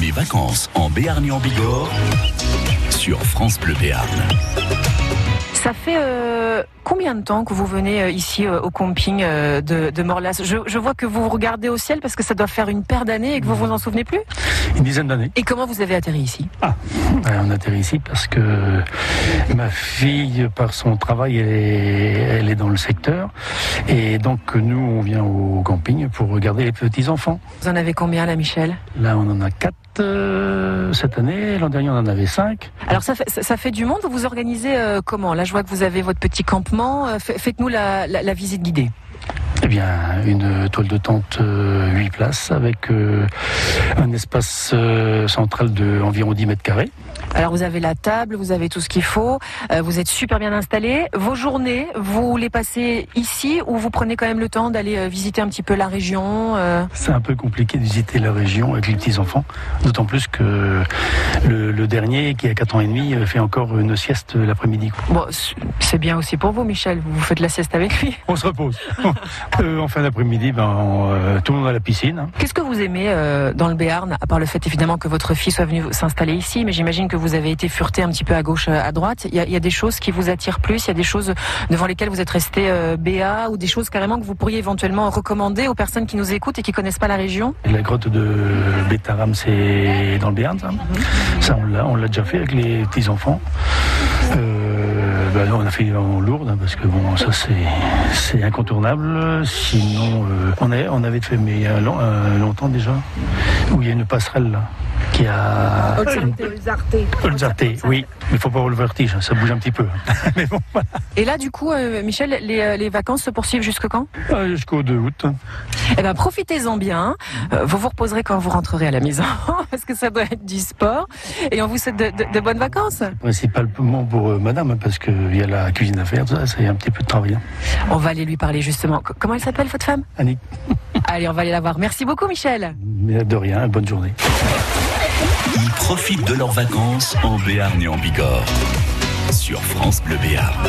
Mes vacances en Béarn en Bigorre sur France Bleu Béarn. Ça fait euh, combien de temps que vous venez euh, ici euh, au camping de, de Morlas je, je vois que vous vous regardez au ciel parce que ça doit faire une paire d'années et que vous vous en souvenez plus. Une dizaine d'années. Et comment vous avez atterri ici Ben, on atterrit ici parce que ma fille, par son travail, elle est, elle est dans le secteur. Et donc, nous, on vient au camping pour regarder les petits-enfants. Vous en avez combien là, Michel Là, on en a quatre euh, cette année. L'an dernier, on en avait cinq. Alors ça fait, ça- ça fait du monde. Vous vous organisez euh, comment Là, je vois que vous avez votre petit campement. Euh, fa- Faites-nous la, la- la visite guidée. Eh bien, une toile de tente, euh, huit places, avec euh, un espace euh, central de environ 10 mètres carrés. Alors vous avez la table, vous avez tout ce qu'il faut. euh, vous êtes super bien installé. Vos journées, vous les passez ici ou vous prenez quand même le temps d'aller euh, visiter un petit peu la région euh, C'est un peu compliqué de visiter la région avec les petits-enfants, d'autant plus que le, le dernier, qui a 4 ans et demi, euh, fait encore une sieste l'après-midi. Bon, c- c'est bien aussi pour vous, Michel. Vous faites la sieste avec lui. On se repose. Euh, en fin d'après-midi, ben, on, euh, tout le monde à la piscine. hein. Qu'est-ce que vous aimez euh, dans le Béarn, à part le fait évidemment que votre fille soit venue s'installer ici, mais j'imagine que vous avez été fureté un petit peu à gauche, euh, à droite. Il y a, il y a des choses qui vous attirent plus, il y a des choses devant lesquelles vous êtes resté euh, BA, ou des choses carrément que vous pourriez éventuellement recommander aux personnes qui nous écoutent et qui connaissent pas la région. Et La grotte de Bétaram, c'est dans le Béarn. Ça, Ça, on l'a- on l'a déjà fait avec les petits-enfants. Euh, ben, on a fait en Lourdes, hein, parce que bon, ça, c'est- c'est incontournable. Sinon, euh, on, a- on avait fait, mais il y a long- euh, longtemps déjà, où il y a une passerelle, là, qui a... Olzarté, oui. Mais il faut pas avoir le vertige, hein, ça bouge un petit peu. Et là, du coup, euh, Michel, les, euh, les vacances se poursuivent jusque quand Euh, Jusqu'au 2 août. Eh ben, profitez-en bien. Euh, vous vous reposerez quand vous rentrerez à la maison, parce que ça doit être du sport. Et on vous souhaite de- de- de bonnes vacances. Principalement pour euh, madame, hein, parce qu'il y a la cuisine à faire, tout ça, c'est un petit peu de travail. hein. On va aller lui parler justement. C- Comment elle s'appelle votre femme Annick, Allez, on va aller la voir. Merci beaucoup Michel. mais de rien, bonne journée. Ils profitent de leurs vacances en Béarn et en Bigorre sur France Bleu Béarn.